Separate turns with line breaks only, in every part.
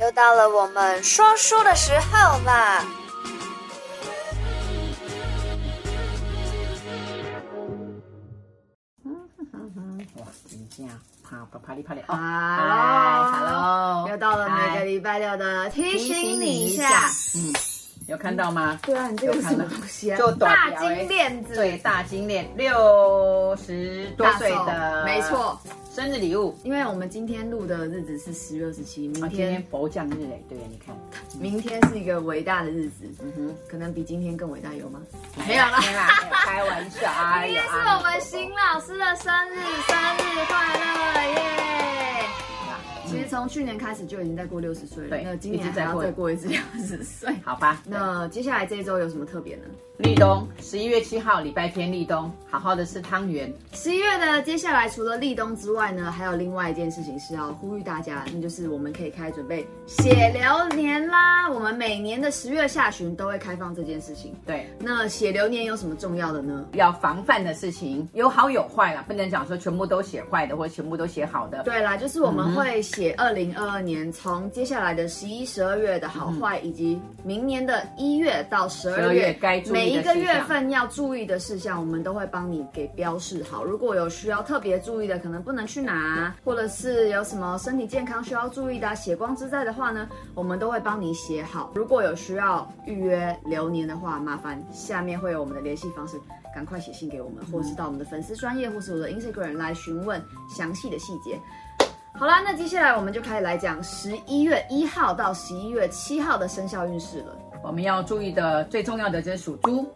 又到了我们说书的时候啦！
哇，真正啪啪啪哩啪哩
嗨
啊！嗨，hello，
又到了每个
嗨
礼拜六的提醒你一下。，
嗯，有看到吗？
对啊，你这个是什么东西啊？
就短
大
条
金链子，
对，大金链，六十多岁
大
的，
寿没错，
生日礼物。
因为我们今天录的日子是十月二十
哦
七，
啊，
明
今天
天
佛降日哎，对，你看，
明天是一个伟大的日子，
嗯哼，
可能比今天更伟大，有吗？
没有啦，没有啦，没有开玩笑，哎
今
呀
天是我们邢老师的生日，生日快乐耶！
其实从去年开始就已经在过六十岁了，
对
那今
一
年
直在
还要
过
再过一次六十岁。
好吧，那
那接下来这一周有什么特别呢？
立冬，十一月七号，礼拜天立冬，好好的吃汤圆，
十一月的接下来，除了立冬之外呢，还有另外一件事情是要呼吁大家，那就是我们可以开始准备写流年啦。我们每年的十月下旬都会开放这件事情。
对，
那写流年有什么重要的呢？
要防范的事情，有好有坏啦，不能讲说全部都写坏的，或全部都写好的。
对啦，就是我们会写二零二二年从接下来的十一、十二月的好坏，以及明年的一月到十
12
二
月
月
该注意的
每一个
事项
月份要注意的事项，我们都会帮你给标示好。如果有需要特别注意的，可能不能去拿，或者是有什么身体健康需要注意的啊、血光之灾的话呢，我们都会帮你写好。如果有需要预约流年的话，麻烦下面会有我们的联系方式，赶快写信给我们，或是到我们的粉丝专业，或是我的 Instagram 来询问详细的细节。好啦，那接下来我们就开始来讲十一月一号到十一月七号的生肖运势了。
我们要注意的最重要的就是属猪，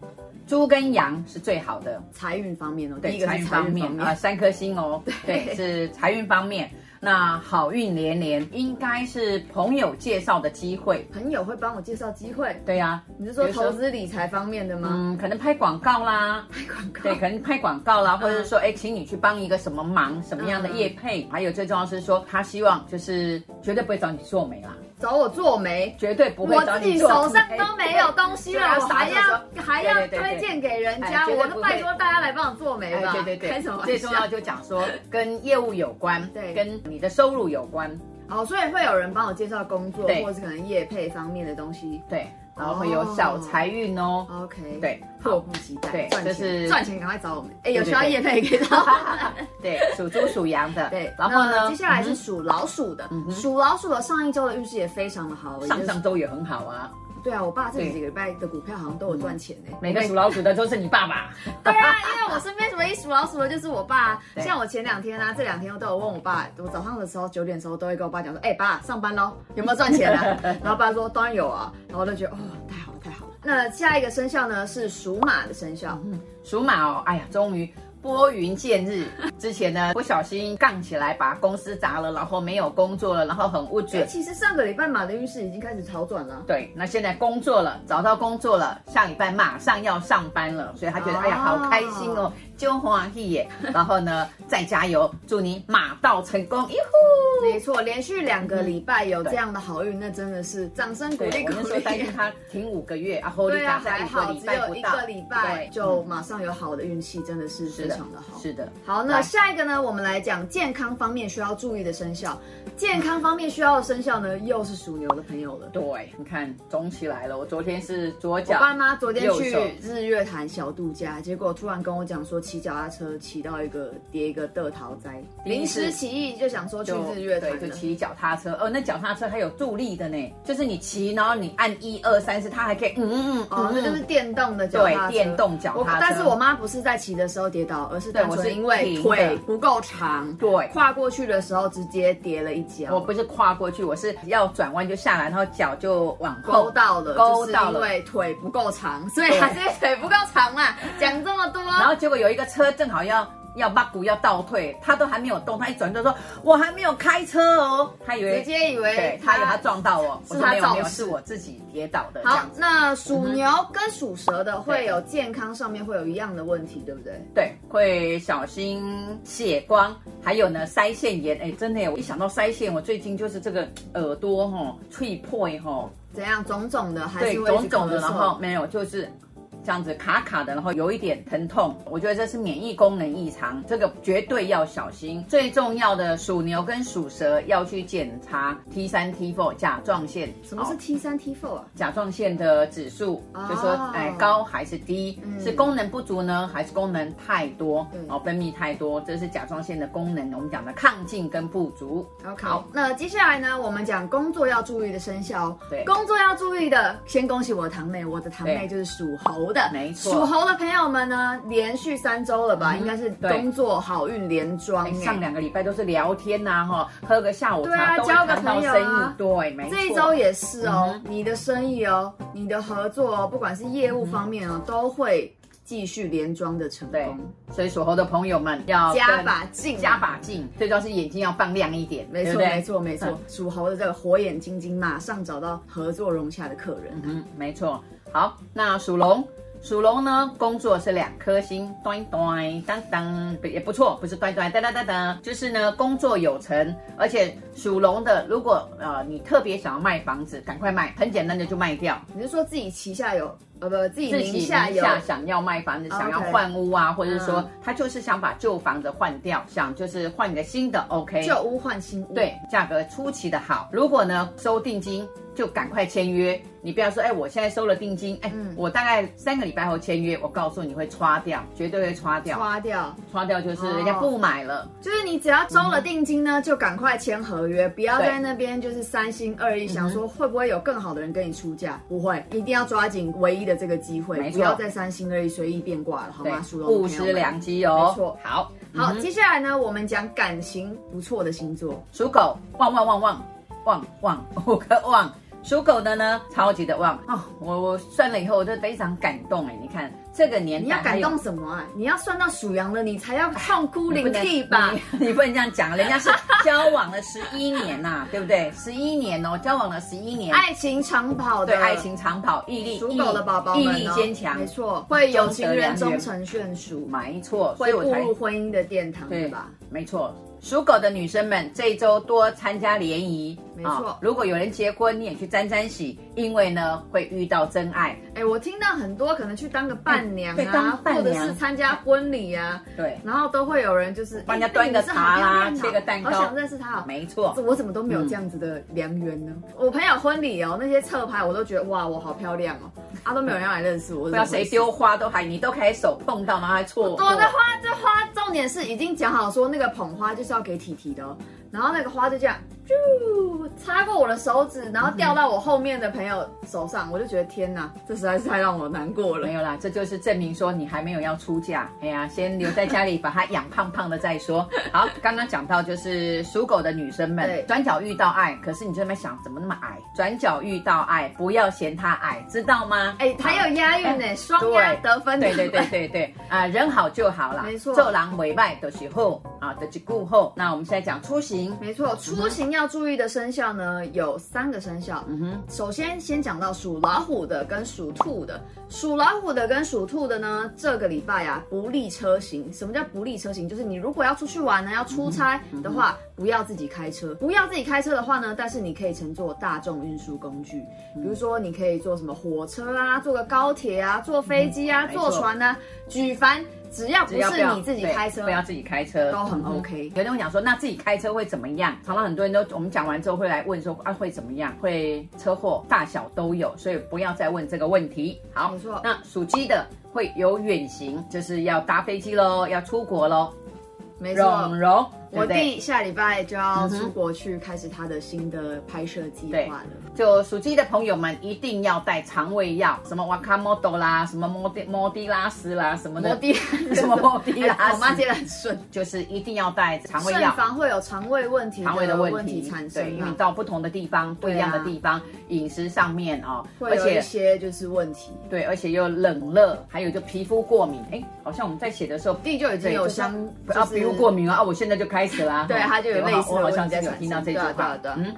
猪跟羊是最好的。
财运方面哦，第
对
一个是财运方面，
啊、三颗星哦，
对
对，是财运方面。那好运连连，应该是朋友介绍的机会。
朋友会帮我介绍机会。
对呀、
你是说
比如
投资理财方面的吗？
嗯，可能拍广 告啦，
拍广告
对，可能拍广告啦，或者是说，哎、请你去帮一个什么忙，什么样的业配，
嗯
还有最重要是说，他希望就是绝对不会找你做媒啦，
找我做媒，
绝对不会
我
找
自
你
己
做媒。哎
手上都没有东西了，
对
我还
对
要
对
还要
对对对
推荐给人
哎
家，
绝
我
对
都
不会哎
拜托大家来帮我做媒吧。
对对对，
开什么玩笑
最重要就讲说跟业务有关，
对
跟你的收入有关，
哦，所以会有人帮我介绍工作，
对
或是可能业配方面的东西。
对，然后会有小财运哦。
OK，
对
迫不及待，
对
赚
这
钱
是
赚钱，赶快找我们。哎，
对
有需要
对对
业配可以找我们。
对，属猪属羊 的，
对，
然后
那
呢，
接下来是
嗯
属老鼠的，属老鼠的上一周的运势也非常的好，
上
也就是
上周也很好啊，
对啊，我爸这
对
几个礼拜的股票好像都有赚钱呢、
每个属老鼠的都是你爸爸，
对啊，因为我身边唯一属老鼠的就是我爸。
对
像我前两天啊，这两天我都有问我爸，我早上的时候九点的时候都会跟我爸讲说，哎、爸，上班喽，有没有赚钱 啊？然后爸说当然有啊，然后我就觉得哦，太好了，太好了。那下一个生肖呢是属马的生肖，
属马哦，哎呀，终于。拨云见 日之前呢，不小心杠起来，把公司砸了，然后没有工作了，然后很无
哎、
助。
其实上个礼拜马的运势已经开始好转了。
对，那现在工作了，找到工作了，下礼拜马上要上班了，所以他觉得、哎呀，好开心哦，就欢喜耶。然后呢，再加油，祝你马到成 功，哟呼！
没错，连续两个礼拜有这样的好运，那真的是掌声鼓
嗯对，
励
我
鼓
那时候担
励
心。他停五个月，啊，后
对啊，还
才一个
好
礼
只
拜
有
不
一
到，
个礼拜
对
就马上有好的运气，真的是
是
非
的
常的好。
是的。
好，
来
那下一个呢？我们来讲健康方面需要注意的生肖。健康方面需要的生肖呢，又是属牛的朋友了。
对，啊你看肿起来了。我昨天是左
我
脚，
爸妈昨天
右
去
手
日月潭小度假，结果突然跟我讲说骑脚踏车骑到一个跌一个得桃灾，
第一
临
次
时起意就想说去
就
日月潭
对，就
了
骑脚踏车。哦，那脚踏车还有助力的呢，就是你骑，然后你按一二三四，它还可以嗯嗯嗯，
哦，那就是电动的脚踏
对
车。
电动脚
我
踏车。
但是我妈不是在骑的时候跌倒，而是
对
单
我是
纯因为
停的
腿不够长，
对
跨过去的时候直接跌了一
我
跤，
不是跨过去，我是要转弯就下来，然后脚就往后
勾到了，
勾
就是
到
因
了。
为腿不够长，所以还是腿不够长嘛。讲这么多，
然后结果有一个车正好要要把股要倒退，他都还没有动，他一转就说：“我还没有开车哦。”他以
直
为
接以
对
为
他以为他撞到我，
是
我说
他
没有没
肇
有，
事
是我自己跌倒的。这
好
样，子嗯
那属牛跟属蛇的会
对
有健康上面会有一样的问题，对不对？
对，会小心血光，还有呢腮腺炎。哎，真的耶，我一想到腮腺，我最近就是这个耳朵吼、脆破吼，
怎样种种的还
对，
是会一
肿
直
肿的，
咳嗽
然后没有，就是这样子卡卡的，然后有一点疼痛，我觉得这是免疫功能异常，这个绝对要小心。最重要的，属牛跟属蛇要去检查 T 三 T four 甲状腺。
什么是 T 三 T four 啊？
甲状腺的指数，
哦嗯
就说哎高还是低，是功能不足呢，还是功能太多
对？
哦，分泌太多，这是甲状腺的功能，我们讲的亢进跟不足。
OK，
好
那接下来呢，我们讲工作要注意的生肖。
对
工作要注意的，先恭喜我的堂妹，我的堂妹
对
就是属猴的，
没错嗯
属猴的朋友们呢，连续三周了吧，应该是
对
工作好运连庄、
哎
哎
上两个礼拜都是聊天呐，哈，喝个下午
对啊
茶，都会
交个
谈到
朋友
生
啊
意，对，没错。
这一周也是哦，
嗯
你的生意哦，你的合作哦，不管是业务方面哦，都会继续连庄的成
嗯对
功。，
所以属猴的朋友们要
加
跟
把劲，啊
加。把劲，最重要是眼睛要放亮一点，
没
对
错，
不对嗯
没错，没错。属猴的这个火眼金睛，马上找到合作融洽的客人。
嗯，没错。好，那属龙，属龙呢，工作是两颗星，端端当当，不也不错，不是端端当当当当，就是呢，工作有成。而且属龙的，如果呃你特别想要卖房子，赶快卖，很简单的就卖掉。
你是说自己旗下有，呃，不，自己
自己
名
名
下有，哦
下想要卖房子，想要
OK
换屋啊，或者是说
嗯
他就是想把旧房子换掉，想就是换个新的，OK，
旧屋换新屋。，
对，价格出奇的好。如果呢收定金，就赶快签约。你不要说，哎，我现在收了定金，哎，
嗯
我大概三个礼拜后签约，我告诉你会刷掉，绝对会刷掉。
花哦掉。
刷掉就是人家不买了，
就是你只要收了定金
嗯
呢，就赶快签合约，不要
对
在那边就是三心二意，想
嗯
说会不会有更好的人跟你出价，不会，一定要抓紧唯一的这个机会，
没错
不要再三心二意随意变卦了，好
对
吗？属，龙
不
的朋
失
友们
良机哦。
没错
好，
好，
嗯
接下来呢，我们讲感情不错的星座，
属狗，旺旺旺旺旺旺 五个旺。属狗的呢，超级的旺哦！我我算了以后，我就非常感动哎。你看这个年代，
你要
还
感
有哎
动什么啊？你要算到属羊的，你才要痛哭
你不
灵
能
涕吧？
你？ 你不能这样讲，人家是交往了十一年呐、 对不对？十一年哦，交往了十一年，
爱情长跑的
对爱。情长跑，毅力，
属狗的宝宝
毅
们、哦，
力坚强
没，错，会有情人
忠
终
德
成眷属，
没错，所
会
以我
步
才
入婚姻的殿堂，对
对
吧？？
没错。属狗的女生们，这一周多参加联谊，
没错
啊如果有人结婚，你也去沾沾喜，因为呢会遇到真爱。
哎、我听到很多可能去当个伴娘
对哎当
啊，
伴
或者
娘
是参加婚礼啊，
对，
然后都会有人就是
帮人家
哎
端
哎
个
你是好
茶啦
漂亮哦
切个蛋糕
好想认识他哦。
没嗯错，
我怎么都没有这样子的良缘呢？我朋友婚礼哦，那些侧拍我都觉得哇，我好漂亮哦，啊都没有人要来认识我，
不
不
知道谁丢花都还你都可以手碰到，然后还错
我的花这花，重点是已经讲好说那个捧花就是要给体体的、哦，然后那个花就这样，啾，擦过我的手指，然后掉到我后面的朋友手上，我就觉得天哪，这实在是太让我难过了
没。有啦，这就是证明说你还没有要出嫁。哎呀，先留在家里把它养胖胖的再说。 好，刚刚讲到就是属狗的女生
对
们，转角遇到爱，可是你就在那边想怎么那么矮？转角遇到爱，不要嫌它矮，知道吗？
哎、还有押韵呢、双押得分
对对对对对，啊、人好就好啦，
没错
做狼为外的时候啊的就顾后。那我们现在讲出行，
没错，出行要注意的生肖呢有三个生肖。嗯哼，首先先讲到属老虎的跟属兔的，属老虎的跟属兔的呢，这个礼拜啊不利车行。什么叫不利车行？就是你如果要出去玩呢，要出差的
嗯
话，不要自己开车。不要自己开车的话呢，但是你可以乘坐大众运输工具，
嗯
比如说你可以坐什么火车啊，坐个高铁啊，坐飞机啊，
嗯没错
坐船啊，举凡只要不
只要不
是
要
你自己
对
开车
不，要自己开车
都很
嗯
OK
有人会讲说，那自己开车会怎么样？常常很多人都我们讲完之后会来问说啊会怎么样？会车祸大小都有，所以不要再问这个问题。好，
没错
那属鸡的会有远行，就是要搭飞机喽，要出国喽。
没错。
蓉蓉，对
我
不对？
弟下礼拜就要出国去开始他的新的拍摄计划了。
就属鸡的朋友们一定要带肠胃药，什么瓦卡莫多啦，什么摩的摩的拉斯啦，什么的
摩的
什么摩的拉 斯，
哎我妈接得很顺。
就是一定要带肠胃
慎
药。
防会有肠胃问题，
肠胃的
问
问
题
题
产
对，
生
因为你
啊，
到不同的地方、不一样的地方，饮食上面哦，
会
而
有一
且
些就是问题。
对，而且又冷热，还有就皮肤过敏。哎，好像我们在写的时候，
弟就已经
对
有
就是
相
啊，皮肤过。敏啊，啊我现在就开始啦。
对
哦
他就有类似的
我好
问
像
题
真的
在
有听到
产
这
生对
句
啊
话。
对啊对啊
嗯，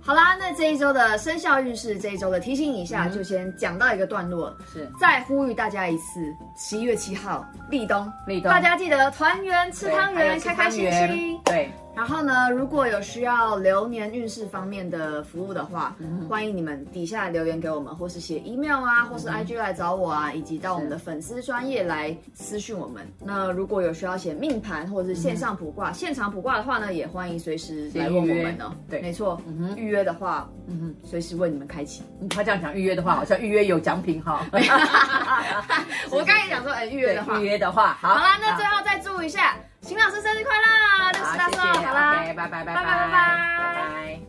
好啦，那这一周的生肖运势，这一周的提醒一下，就先讲到一个段落。
嗯是
再呼吁大家一次，十一月七号，立冬，
立冬
大家记得团圆吃
对
汤
还有
圆，
吃
开开心
汤圆
心。
对，
然后呢，如果有需要流年运势方面的服务的话，
嗯
欢迎你们底下留言给我们，或是写 email 啊，或是 IG 来找我啊，以及到我们的粉丝专业来私讯我们。那如果有需要写命盘或是线上卜
嗯
卦、现场卜卦的话呢，也欢迎随时来问我们哦。
先预约对
没错，预约的话，
嗯
随时为你们开 启。
哼，嗯他这样讲预约的话，好像预约有奖品 哈。
我刚才讲说，哎，预约
对
的话
预，约的话，好，
好
好
啦，那最后再祝一下邢老师生日快乐，六十
好，谢
大寿，
谢，
啊好啦
OK，拜
拜
拜，拜拜，
拜拜拜
拜拜。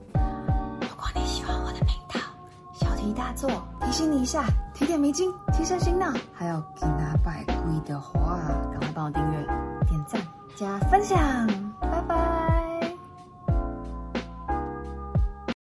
如果你喜欢我的频道，小题大做，提醒你一下，提点迷津，提升醒脑。还有给拿百贵的话，赶快帮我订阅、点赞、加分享。